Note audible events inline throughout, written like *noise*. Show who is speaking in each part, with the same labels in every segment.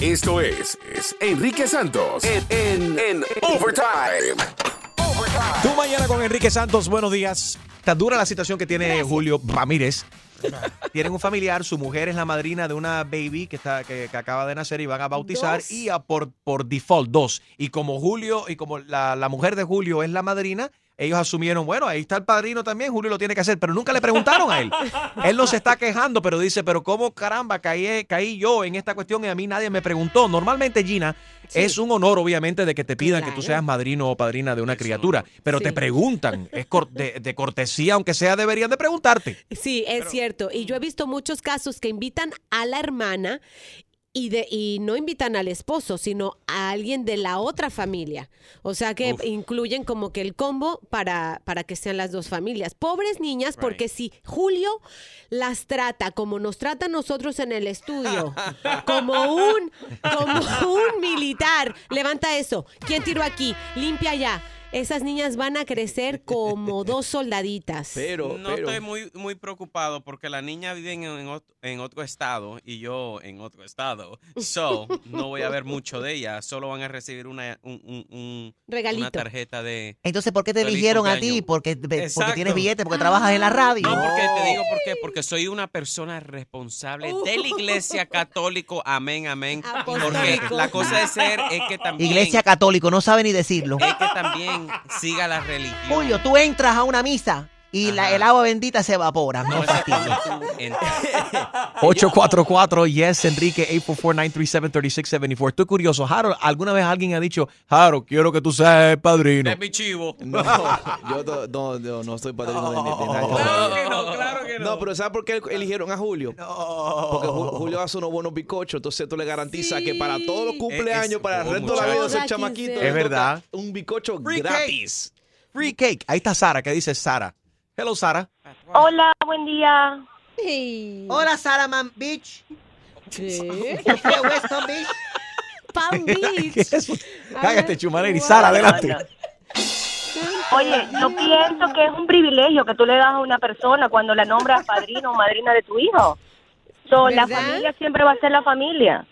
Speaker 1: Esto es, es Enrique Santos en, en, en Overtime.
Speaker 2: Tú mañana con Enrique Santos, buenos días. Tan dura la situación que tiene Julio Ramírez. Tienen un familiar, su mujer es la madrina de una baby que, está, que, que acaba de nacer y van a bautizar
Speaker 3: Dos.
Speaker 2: y a por, por default dos. Y como Julio y como la, la mujer de Julio es la madrina, ellos asumieron, bueno, ahí está el padrino también, Julio lo tiene que hacer, pero nunca le preguntaron a él. Él no se está quejando, pero dice, pero cómo caramba caí, caí yo en esta cuestión y a mí nadie me preguntó. Normalmente, Gina,
Speaker 3: Sí.
Speaker 2: es un honor obviamente de que te pidan que tú
Speaker 3: Claro.
Speaker 2: seas madrino o padrina de una criatura, pero te
Speaker 3: Sí.
Speaker 2: preguntan, es cor- de- de cortesía, aunque sea, deberían de preguntarte.
Speaker 3: Sí, es cierto. Y yo he visto muchos casos que invitan a la hermana y, de, y no invitan al esposo, sino a alguien de la otra familia. O sea que
Speaker 2: Uf.
Speaker 3: incluyen como que el combo para, para que sean las dos familias. Pobres niñas, porque si Julio las trata como nos trata a nosotros en el estudio, como un, como un militar, levanta eso. ¿Quién tiró aquí? Limpia allá. Esas niñas van a crecer como dos soldaditas.
Speaker 4: Pero,
Speaker 5: No
Speaker 4: pero,
Speaker 5: estoy muy, muy preocupado porque la niña vive en, en ot- en otro estado y yo en otro estado. So, no voy a ver mucho de ella. Solo van a recibir una, un- un- un- una
Speaker 3: Regalito.
Speaker 5: tarjeta de.
Speaker 6: Entonces, ¿por qué te
Speaker 5: Feliz
Speaker 6: eligieron a
Speaker 5: cumpleaños.
Speaker 6: ti? Porque, ve- porque
Speaker 5: Exacto.
Speaker 6: tienes billete, porque trabajas en la radio.
Speaker 5: No, porque te digo por qué. Porque soy una persona responsable de la iglesia católico. Amén, amén. Porque
Speaker 3: Uh. Apostólico.
Speaker 5: la cosa de ser es que también.
Speaker 6: Iglesia católica, no sabe ni decirlo.
Speaker 5: Es que también siga la religión.
Speaker 6: Julio, tú entras a una misa y la-
Speaker 5: eh. Ajá.
Speaker 6: el agua bendita se evapora. No,
Speaker 5: No es
Speaker 6: fastidio.
Speaker 5: cuando tú Este entras.
Speaker 2: 844 yes Enrique 844-937-3674. Estoy curioso, Harold, ¿alguna vez alguien ha dicho, Harold, quiero que tú seas el padrino?
Speaker 5: Es mi chivo.
Speaker 4: No, yo do- no, no, no soy padrino de, de- de nadie.
Speaker 5: Claro que no, claro que no.
Speaker 4: No, pero ¿sabes por qué eligieron a Julio? Porque Ju- Julio hace unos buenos bizcochos, entonces tú le garantizas que para todos los cumpleaños,
Speaker 5: Es- es
Speaker 4: para el
Speaker 5: un
Speaker 4: resto de la vida,
Speaker 3: muchacho.
Speaker 4: ese chamaquito.
Speaker 3: Es
Speaker 4: le toca
Speaker 2: verdad.
Speaker 4: Un bizcocho
Speaker 2: Free
Speaker 4: gratis.
Speaker 2: cake. Free cake. Ahí está Sara, ¿qué dice Sara? Hello, Sara. *laughs*
Speaker 7: Hola, buen día.
Speaker 6: Hola, Salaman Beach.
Speaker 3: ¿Qué?
Speaker 6: Yo fui a Weston Beach.
Speaker 3: *laughs* Palm Beach.
Speaker 2: ¿Qué es eso?
Speaker 3: A
Speaker 2: Cágate,
Speaker 3: ver,
Speaker 2: Chumaneri.
Speaker 3: wow.
Speaker 2: este Sara, adelante.
Speaker 7: Oye, yo pienso que es un privilegio que tú le das a una persona cuando la nombras padrino o madrina de tu hijo. So, la
Speaker 3: ¿Verdad?
Speaker 7: familia siempre va a ser la familia.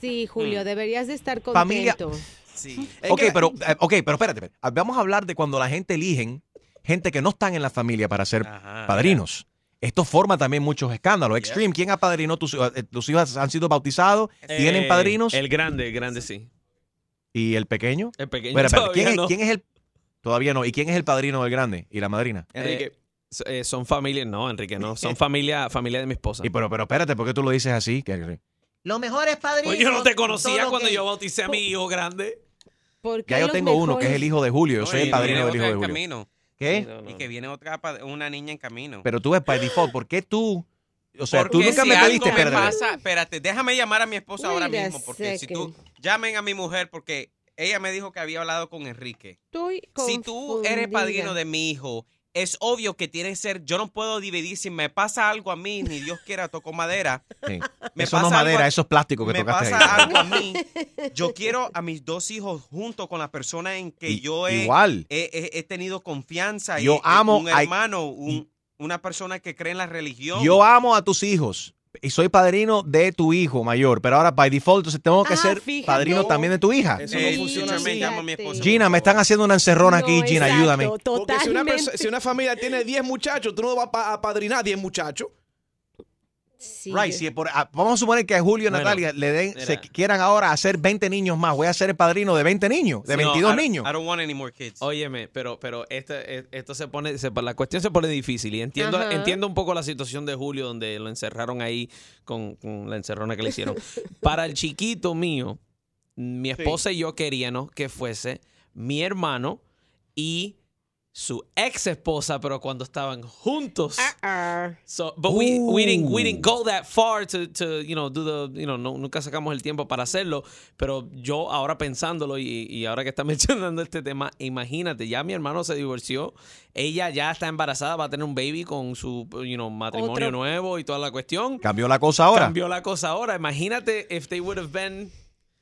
Speaker 3: Sí, Julio, deberías de estar
Speaker 2: Mm. Familia-
Speaker 3: contento.
Speaker 5: Sí.
Speaker 4: Es
Speaker 2: Ok,
Speaker 4: que la-
Speaker 2: pero, eh, ok, pero espérate, espérate. Ah, Vamos a hablar de cuando la gente eligen gente que no están en la familia para ser
Speaker 5: Ajá.
Speaker 2: padrinos. Esto forma también muchos escándalos. Extreme, ¿quién apadrinó tus, eh, tus hijas? ¿Han sido bautizados? ¿Tienen
Speaker 8: Eh,
Speaker 2: padrinos?
Speaker 8: El grande, el grande sí.
Speaker 2: ¿Y el pequeño?
Speaker 8: El pequeño.
Speaker 2: Espera, espera,
Speaker 8: todavía
Speaker 2: ¿quién, es-
Speaker 8: no.
Speaker 2: quién es el todavía no? ¿Y quién es el padrino del grande y la madrina?
Speaker 4: Enrique,
Speaker 8: S- eh, son familias, no, Enrique, no.
Speaker 2: *laughs*
Speaker 8: Son familia, familia de mi esposa.
Speaker 2: Y pero, pero espérate, ¿por qué tú lo dices así? Que- que-
Speaker 6: Los mejores padrinos.
Speaker 5: Pues
Speaker 8: Oye, yo no te
Speaker 6: son
Speaker 8: conocía
Speaker 6: los
Speaker 8: cuando
Speaker 6: que-
Speaker 8: yo bauticé a mi hijo grande.
Speaker 3: Porque
Speaker 2: Ya yo
Speaker 3: los
Speaker 2: tengo uno que es el
Speaker 3: mejores-
Speaker 2: hijo de Julio, yo soy
Speaker 5: Y
Speaker 2: el
Speaker 5: viene
Speaker 2: padrino del
Speaker 5: otra
Speaker 2: hijo de
Speaker 5: en
Speaker 2: Julio.
Speaker 5: camino.
Speaker 8: Sí,
Speaker 2: ¿Qué?
Speaker 8: no, no,
Speaker 5: Y
Speaker 8: no.
Speaker 5: que viene otra pa- una niña en camino.
Speaker 2: Pero tú ves by default, ¿por qué tú? O sea, tú
Speaker 5: Porque
Speaker 2: nunca
Speaker 5: si
Speaker 2: me
Speaker 5: algo
Speaker 2: pediste,
Speaker 5: me
Speaker 2: espérate,
Speaker 5: pasa- espérate, déjame llamar a mi esposa ahora
Speaker 3: Wait a
Speaker 5: mismo. Porque si tú llamen a mi mujer, porque ella me dijo que había hablado con Enrique.
Speaker 3: Estoy
Speaker 5: Si tú eres
Speaker 3: confundida.
Speaker 5: padrino de mi hijo, es obvio que tiene que ser. Yo no puedo dividir. Si me pasa algo a mí, ni Dios quiera, toco
Speaker 2: *laughs*
Speaker 5: madera.
Speaker 2: sí.
Speaker 5: Me
Speaker 2: Eso no es
Speaker 5: pasa algo
Speaker 2: madera,
Speaker 5: a-
Speaker 2: eso es plástico que
Speaker 5: Me
Speaker 2: tocaste
Speaker 5: pasa
Speaker 2: ahí.
Speaker 5: algo a
Speaker 2: *laughs*
Speaker 5: mí. Yo quiero a mis dos hijos junto con la persona en que
Speaker 2: I-
Speaker 5: yo he
Speaker 2: Igual.
Speaker 5: he, he- he tenido confianza. y-
Speaker 2: Yo
Speaker 5: y
Speaker 2: amo
Speaker 5: Un
Speaker 2: a-
Speaker 5: hermano, un- una persona que cree en la religión.
Speaker 2: Yo amo a tus hijos y soy padrino de tu hijo mayor, pero ahora by default entonces tengo que
Speaker 3: Ah,
Speaker 2: ser
Speaker 3: fíjate.
Speaker 2: padrino también de tu hija.
Speaker 4: Eso no
Speaker 5: Eh,
Speaker 4: funciona
Speaker 5: escúchame,
Speaker 4: así.
Speaker 5: llamo a mi esposa,
Speaker 2: Gina,
Speaker 5: por
Speaker 2: me están
Speaker 5: favor.
Speaker 2: haciendo una encerrona aquí,
Speaker 3: No,
Speaker 2: Gina,
Speaker 3: exacto,
Speaker 2: ayúdame.
Speaker 4: Porque si una, perso-
Speaker 3: Totalmente.
Speaker 4: si una familia tiene 10 muchachos, tú no vas pa- a padrinar 10 muchachos.
Speaker 3: Sí.
Speaker 2: Right, si por- ah, vamos a suponer que a Julio y
Speaker 8: Bueno,
Speaker 2: Natalia le den,
Speaker 8: mira.
Speaker 2: se qu- quieran ahora hacer 20 niños más. Voy a ser el padrino de 20 niños, de
Speaker 8: No,
Speaker 2: 22
Speaker 5: I don't-
Speaker 2: niños.
Speaker 5: I don't want any more kids.
Speaker 8: Óyeme, pero, pero este, eh, esto se pone, se- la cuestión se pone difícil. Y entiendo,
Speaker 3: Ajá.
Speaker 8: entiendo un poco la situación de Julio, donde lo encerraron ahí con, con la encerrona que le hicieron. Para el chiquito mío, mi esposa y yo queríamos que fuese mi hermano y su ex esposa, pero cuando estaban juntos. So, but we, we, didn't, we didn't go that far to, to, you know, do the, you know, no- nunca sacamos el tiempo para hacerlo. Pero yo ahora pensándolo y, y ahora que está *laughs* mencionando este tema, imagínate, ya mi hermano se divorció. Ella ya está embarazada, va a tener un baby con su, you know, matrimonio
Speaker 2: Otro.
Speaker 8: nuevo y toda la cuestión.
Speaker 2: Cambió la cosa ahora.
Speaker 8: Cambió la cosa ahora. Imagínate if they would have been.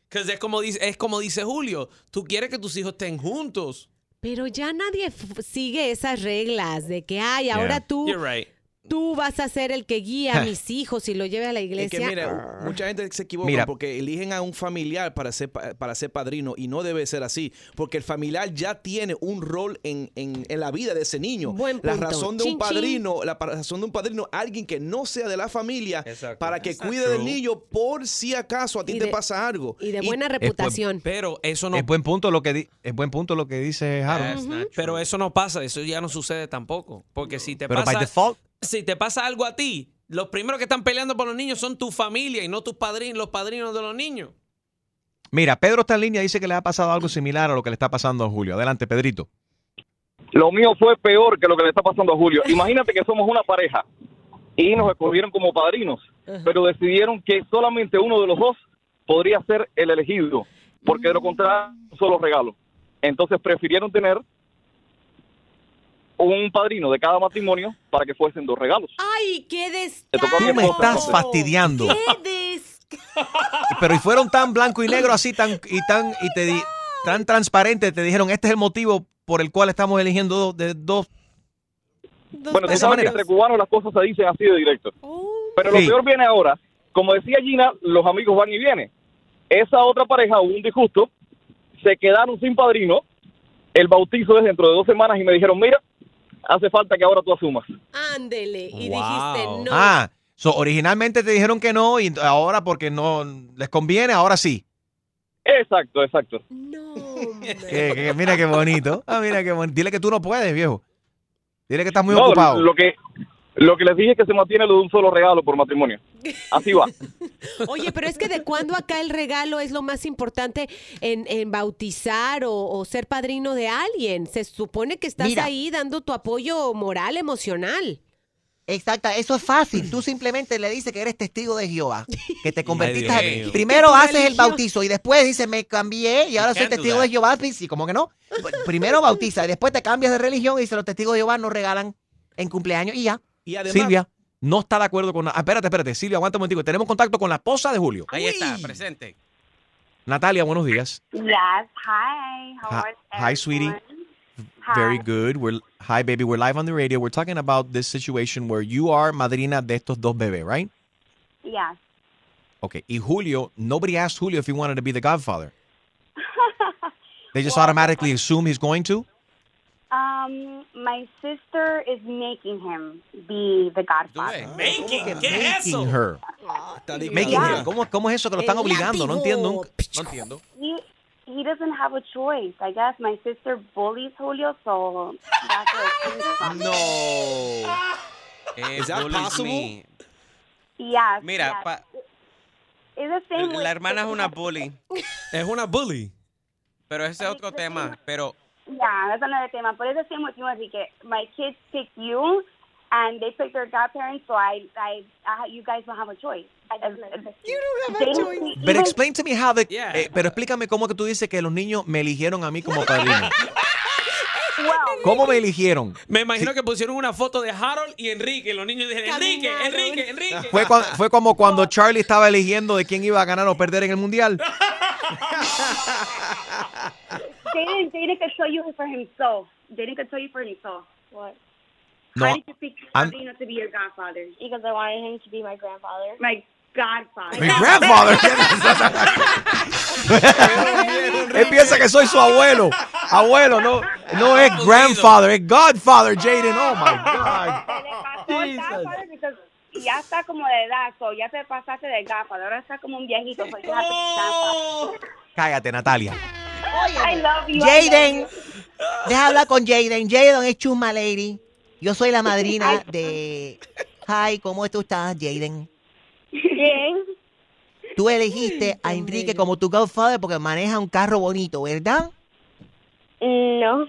Speaker 8: Because es como, dice, es como dice Julio, tú quieres que tus hijos estén juntos.
Speaker 3: Pero ya nadie f- sigue esas reglas de que, ay, ahora
Speaker 8: Yeah.
Speaker 3: tú,
Speaker 8: You're right.
Speaker 3: tú vas a ser el que guía a mis hijos y lo lleve a la
Speaker 4: Es
Speaker 3: iglesia. ah.
Speaker 4: que mira, mucha gente se equivoca
Speaker 2: Mira.
Speaker 4: porque eligen a un familiar para ser, pa- para ser padrino y no debe ser así, porque el familiar ya tiene un rol en, en- en la vida de ese niño. La
Speaker 9: punto.
Speaker 4: razón de
Speaker 9: Chin, chin.
Speaker 4: un padrino, la pa- razón de un padrino, alguien que no sea de la familia, para que
Speaker 8: That's not
Speaker 4: cuide del
Speaker 8: true.
Speaker 4: niño por si acaso a ti
Speaker 3: Y
Speaker 4: te
Speaker 3: de-
Speaker 4: pasa algo.
Speaker 3: Y de
Speaker 4: Y-
Speaker 3: buena
Speaker 2: Es pues, buen-
Speaker 3: reputación.
Speaker 8: Pero eso no. Eh,
Speaker 2: Es buen punto lo que di- es buen punto lo que dice Harold.
Speaker 8: That's not true. Pero eso no pasa, eso ya no sucede tampoco. Porque si te
Speaker 2: Pero by
Speaker 8: pasa.
Speaker 2: default-
Speaker 8: Si te pasa algo a ti, los primeros que están peleando por los niños son tu familia y no tus padrinos, los padrinos de los niños.
Speaker 2: Mira, Pedro está en línea, dice que le ha pasado algo similar a lo que le está pasando a Julio. Adelante, Pedrito.
Speaker 10: Lo mío fue peor que lo que le está pasando a Julio. Imagínate que somos una pareja y nos escogieron como padrinos, pero decidieron que solamente uno de los dos podría ser el elegido, porque de lo contrario, un solo regalo. Entonces prefirieron tener un padrino de cada matrimonio para que fuesen dos regalos.
Speaker 3: ¡Ay, qué des...
Speaker 10: Le tocó a mi
Speaker 2: Tú me
Speaker 10: esposa,
Speaker 2: estás
Speaker 10: entonces.
Speaker 2: fastidiando. Pero y fueron tan blanco y negro así tan y tan y te di- tan transparente, te dijeron, "Este es el motivo por el cual estamos eligiendo dos de dos
Speaker 10: Bueno,
Speaker 2: de
Speaker 10: tú
Speaker 2: esa
Speaker 10: sabes que
Speaker 2: manera.
Speaker 10: entre cubanos las cosas se dicen así de directo.
Speaker 3: Oh,
Speaker 10: Pero
Speaker 2: Sí.
Speaker 10: lo peor viene ahora. Como decía Gina, los amigos van y vienen. Esa otra pareja hubo un disgusto, se quedaron sin padrino. El bautizo es dentro de dos semanas y me dijeron, mira, hace falta que ahora tú asumas.
Speaker 3: Ándele. Y dijiste, no.
Speaker 2: Ah, so, originalmente te dijeron que no y ahora porque no les conviene, ahora sí.
Speaker 10: Exacto, exacto.
Speaker 2: *laughs* Que- que- mira qué bonito. Ah, mira qué bonito. Dile que tú no puedes, viejo. Dile que estás muy
Speaker 10: No,
Speaker 2: ocupado.
Speaker 10: Lo que, lo que les dije es que se mantiene lo de un solo regalo por matrimonio. Así va.
Speaker 3: Oye, pero es que de cuándo acá el regalo es lo más importante en, en bautizar o, o ser padrino de alguien. Se supone que estás
Speaker 6: Mira.
Speaker 3: ahí dando tu apoyo moral, emocional.
Speaker 6: Exacta, eso es fácil. Tú simplemente le dices que eres testigo de Jehová. Que te convertiste.
Speaker 2: *laughs* Ay, Dios
Speaker 6: a-
Speaker 2: mío.
Speaker 6: Primero
Speaker 2: Tu
Speaker 6: haces el
Speaker 2: religión.
Speaker 6: bautizo y después dices, me cambié y ahora
Speaker 2: You
Speaker 6: soy
Speaker 2: can't do
Speaker 6: testigo
Speaker 2: that.
Speaker 6: de Jehová. Sí, ¿cómo que no? Primero bautiza y después te cambias de religión y dices, los testigos de Jehová nos regalan en cumpleaños y ya.
Speaker 4: Y
Speaker 2: Silvia no está de acuerdo con. na- Ah, espérate, espérate, Silvia, aguanta un momentico. Tenemos contacto con la esposa de Julio.
Speaker 5: Ahí está, presente.
Speaker 2: Natalia, buenos días.
Speaker 11: Yes. Hi. How
Speaker 2: Hi,
Speaker 11: are
Speaker 2: hi, sweetie.
Speaker 11: Hi.
Speaker 2: Very good. We're hi, baby. We're live on the radio. We're talking about this situation where you are madrina de estos dos bebés, right?
Speaker 11: Yes.
Speaker 2: Okay. Y Julio, nobody asked Julio if he wanted to be the godfather. They just automatically assume he's going to.
Speaker 11: Um, my sister is making him be the godfather.
Speaker 8: Making?
Speaker 11: ¿Qué es
Speaker 2: Making her. Making
Speaker 11: dictadura.
Speaker 2: her. ¿Cómo, ¿Cómo es eso que lo
Speaker 11: El
Speaker 2: están obligando? No
Speaker 11: látigo.
Speaker 2: entiendo. No entiendo.
Speaker 11: He, he doesn't have a choice. I guess my sister bullies Julio, so that's where it comes from.
Speaker 4: No.
Speaker 5: Eh,
Speaker 4: Is that
Speaker 5: bullies
Speaker 4: possible?
Speaker 5: me.
Speaker 11: Yes.
Speaker 5: Mira,
Speaker 11: yes.
Speaker 5: pa-
Speaker 11: It's the same with-
Speaker 5: la hermana es una bully.
Speaker 8: *laughs* Es una bully.
Speaker 5: Pero ese es otro tema. Pero
Speaker 11: Yeah,
Speaker 9: Ah,
Speaker 11: that's another tema. But it's the same with you, Enrique. My kids pick you, and they pick their godparents, so I, I, I you guys don't have a choice. You don't have a choice.
Speaker 2: But explain to me how the. eh, pero explícame cómo que tú dices que los niños me eligieron a mí como padrino. ¿Cómo me eligieron?
Speaker 8: Me imagino que pusieron una foto de Harold y Enrique. y Los niños dijeron, Enrique, Enrique, Enrique.
Speaker 2: Fue, cua- fue como cuando Charlie estaba eligiendo de quién iba a ganar o perder en el mundial.
Speaker 11: Jaden, Jaden could tell you for himself. Jaden could tell you for himself. What?
Speaker 2: No,
Speaker 11: you pick
Speaker 2: Oh, I'm-
Speaker 11: Latino to be your godfather? Because I wanted him to be my grandfather. My godfather.
Speaker 2: Mi grandfather. *laughs* Él piensa que soy su abuelo. Abuelo, no, no es grandfather, es godfather, Jaden. Oh my God.
Speaker 11: Soy godfather because ya está como de edad, so ya te pasaste de godfather. Ahora está como un viejito. So you have to be godfather.
Speaker 2: Cállate, Natalia.
Speaker 11: I love you. I love
Speaker 6: Jaden,
Speaker 11: you.
Speaker 6: deja hablar con Jaden. Jaden es chusma lady. Yo soy la madrina de... Hi, ¿cómo tú estás, Jaden?
Speaker 9: *laughs*
Speaker 11: Bien.
Speaker 6: Tú elegiste a Enrique como tu godfather porque maneja un carro bonito, ¿verdad?
Speaker 11: No.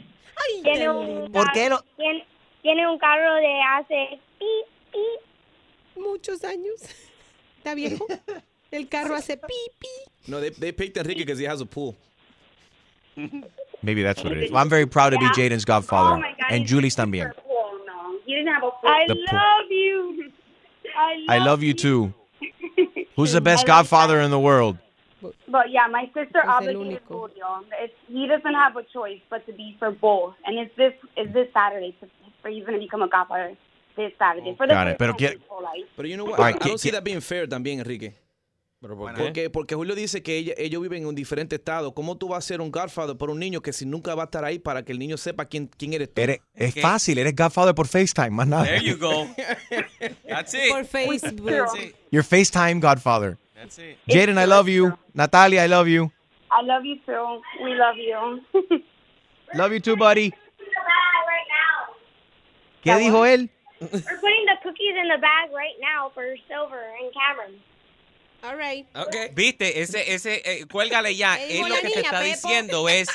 Speaker 9: tiene un
Speaker 6: ¿Por qué lo-
Speaker 9: tiene, tiene un carro de hace pi, pi.
Speaker 3: Muchos años. *laughs* Está viejo. El carro hace pi, pi.
Speaker 4: No, they, they picked Enrique because he has a pool.
Speaker 2: Maybe that's what it is. Well, I'm very proud to be
Speaker 11: Yeah.
Speaker 2: Jaden's godfather.
Speaker 11: Oh my God,
Speaker 2: and
Speaker 11: it's
Speaker 2: Julie's también.
Speaker 11: Oh, no. You didn't have a
Speaker 2: I The pool. love
Speaker 11: you. I
Speaker 2: I
Speaker 11: love,
Speaker 2: love
Speaker 11: *laughs*
Speaker 2: you too. Who's the
Speaker 11: I
Speaker 2: best
Speaker 11: love
Speaker 2: godfather in the world?
Speaker 11: But yeah, my sister
Speaker 3: el
Speaker 11: obviously is
Speaker 3: único.
Speaker 11: Julio. It's, he doesn't have a choice but to be for both. And it's this is this Saturday to, for he's going to become a godfather this Saturday. For the
Speaker 4: Got it,
Speaker 11: first
Speaker 4: pero
Speaker 11: time
Speaker 4: que-
Speaker 11: in his whole life.
Speaker 4: Pero you know what?
Speaker 2: All right,
Speaker 4: I
Speaker 2: ¿qué-
Speaker 4: don't see
Speaker 2: qué-
Speaker 4: that being fair también, Enrique.
Speaker 2: por qué?
Speaker 4: Porque, porque Julio dice que ella- ellos viven en un diferente estado. ¿Cómo tú vas a ser un godfather por un niño que si nunca va a estar ahí para que el niño sepa quién, quién eres tú?
Speaker 2: Eres, es fácil, eres godfather por FaceTime, más nada.
Speaker 4: There you
Speaker 5: go.
Speaker 4: That's it.
Speaker 3: Por Facebook.
Speaker 2: Your FaceTime godfather.
Speaker 5: That's it.
Speaker 2: Jaden, I love you. Natalia, I love you.
Speaker 11: I love you too. We love you. *laughs*
Speaker 2: Love you too, buddy.
Speaker 9: right now.
Speaker 2: ¿Qué dijo él?
Speaker 9: We're putting the cookies in the bag right now for Silver and Cameron.
Speaker 3: All right.
Speaker 5: Viste, ese, ese, eh, cuélgale ya.
Speaker 3: Le
Speaker 5: Él
Speaker 3: digo
Speaker 5: lo
Speaker 3: la
Speaker 5: que te
Speaker 3: niña,
Speaker 5: está
Speaker 3: Pepo.
Speaker 5: diciendo es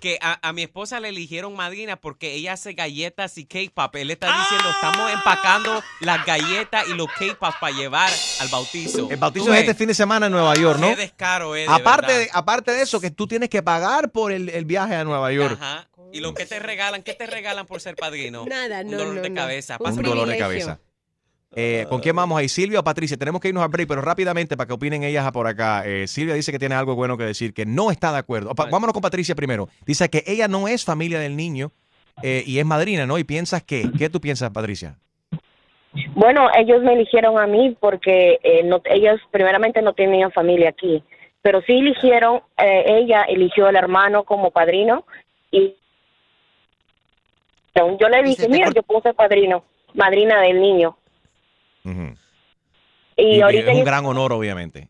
Speaker 5: que a, a mi esposa le eligieron madrina porque ella hace galletas y cake pop. Él está diciendo,
Speaker 2: ¡Ah!
Speaker 5: estamos empacando las galletas y los cake pop para llevar al bautizo.
Speaker 2: El bautizo
Speaker 5: Tú
Speaker 2: es
Speaker 5: ves,
Speaker 2: este fin de semana en Nueva York, ¿no?
Speaker 5: Qué descaro es, de
Speaker 2: aparte,
Speaker 5: verdad.
Speaker 2: de, aparte de eso, que tú tienes que pagar por el, el viaje a Nueva York.
Speaker 5: Ajá. Y lo que te regalan, ¿qué te regalan por ser padrino?
Speaker 3: Nada,
Speaker 5: Un
Speaker 3: no,
Speaker 5: dolor
Speaker 3: no,
Speaker 5: de
Speaker 3: no.
Speaker 5: cabeza.
Speaker 3: Un
Speaker 2: un dolor de
Speaker 3: privilegio.
Speaker 2: cabeza.
Speaker 5: Uh.
Speaker 2: Eh, ¿Con quién vamos ahí? Silvia o Patricia. Tenemos que irnos a break, pero rápidamente para que opinen ellas por acá. Eh, Silvia dice que tiene algo bueno que decir, que no está de acuerdo. Pa- vámonos con Patricia primero. Dice que ella no es familia del niño eh, y es madrina, ¿no? ¿Y piensas qué? ¿Qué tú piensas, Patricia?
Speaker 12: Bueno, ellos me eligieron a mí porque eh, no, ellos primeramente no tenían familia aquí, pero sí eligieron, eh, ella eligió al hermano como padrino y Entonces, yo le dije, mira, yo puedo ser padrino, madrina del niño.
Speaker 2: Ujú.
Speaker 12: Y,
Speaker 2: Y- y
Speaker 12: ahorita
Speaker 2: es un
Speaker 12: ella,
Speaker 2: gran honor, obviamente.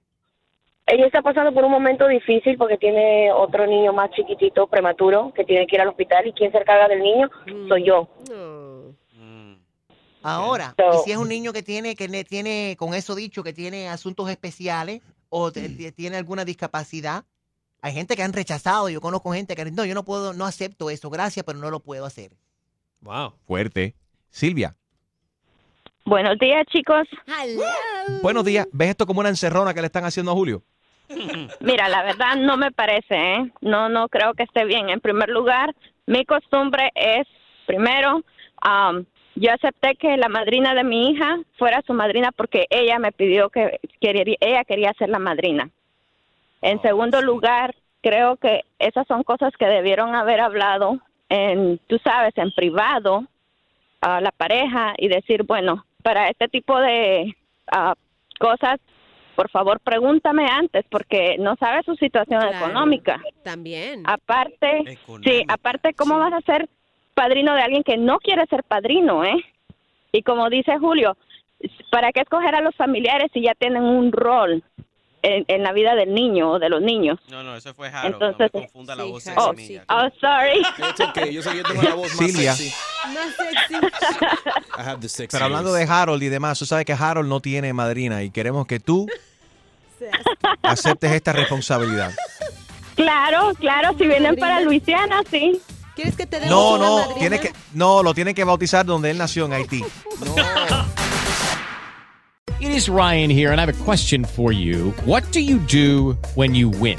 Speaker 12: ella está pasando por un momento difícil porque tiene otro niño más chiquitito, prematuro, que tiene que ir al hospital y quien se encarga del niño
Speaker 3: Mm.
Speaker 12: soy yo.
Speaker 5: Mm.
Speaker 6: Ahora,
Speaker 12: So-
Speaker 6: y si es un niño que tiene, que ne- tiene, con eso dicho, que tiene asuntos especiales o te- te- tiene alguna discapacidad, hay gente que han rechazado. Yo conozco gente que no, yo no puedo, no acepto eso, gracias, pero no lo puedo hacer.
Speaker 8: Wow.
Speaker 2: Fuerte. Silvia,
Speaker 13: Buenos días, chicos.
Speaker 2: buenos días. ¿Ves esto como una encerrona que le están haciendo a Julio?
Speaker 13: Mira, la verdad no me parece, ¿eh? No, no creo que esté bien. En primer lugar, mi costumbre es, primero, am, yo acepté que la madrina de mi hija fuera su madrina porque ella me pidió que querer- ella quería ser la madrina. En segundo lugar, creo que esas son cosas que debieron haber hablado en, tú sabes, en privado a la pareja y decir, bueno, para este tipo de ah, cosas, por favor, pregúntame antes porque no sabes su situación
Speaker 3: Claro.
Speaker 13: económica.
Speaker 3: También.
Speaker 13: Aparte, sí, aparte, ¿cómo vas a ser padrino de alguien que no quiere ser padrino, eh? Y como dice Julio, ¿para qué escoger a los familiares si ya tienen un rol en, en la vida del niño o de los niños?
Speaker 5: No, no, eso fue Harold.
Speaker 13: Entonces-
Speaker 5: no me confunda la voz de
Speaker 13: Oh,
Speaker 5: esa niña.
Speaker 13: oh, sorry.
Speaker 4: yo sé que yo tengo la voz más
Speaker 2: Silvia.
Speaker 4: sexy.
Speaker 3: Más sexy.
Speaker 4: I have the sex
Speaker 2: Pero hablando de
Speaker 4: series.
Speaker 2: Harold y demás, tú sabes que Harold no tiene madrina y queremos que tú
Speaker 12: *laughs*
Speaker 2: aceptes esta responsabilidad.
Speaker 13: Claro, claro, si vienen para Luisiana, sí.
Speaker 3: ¿Quieres que te dé
Speaker 2: No, no, tiene que, no, lo tienen que bautizar donde él nació, en Haití.
Speaker 14: It is Ryan here, and I have a question for you. What do you do when you win?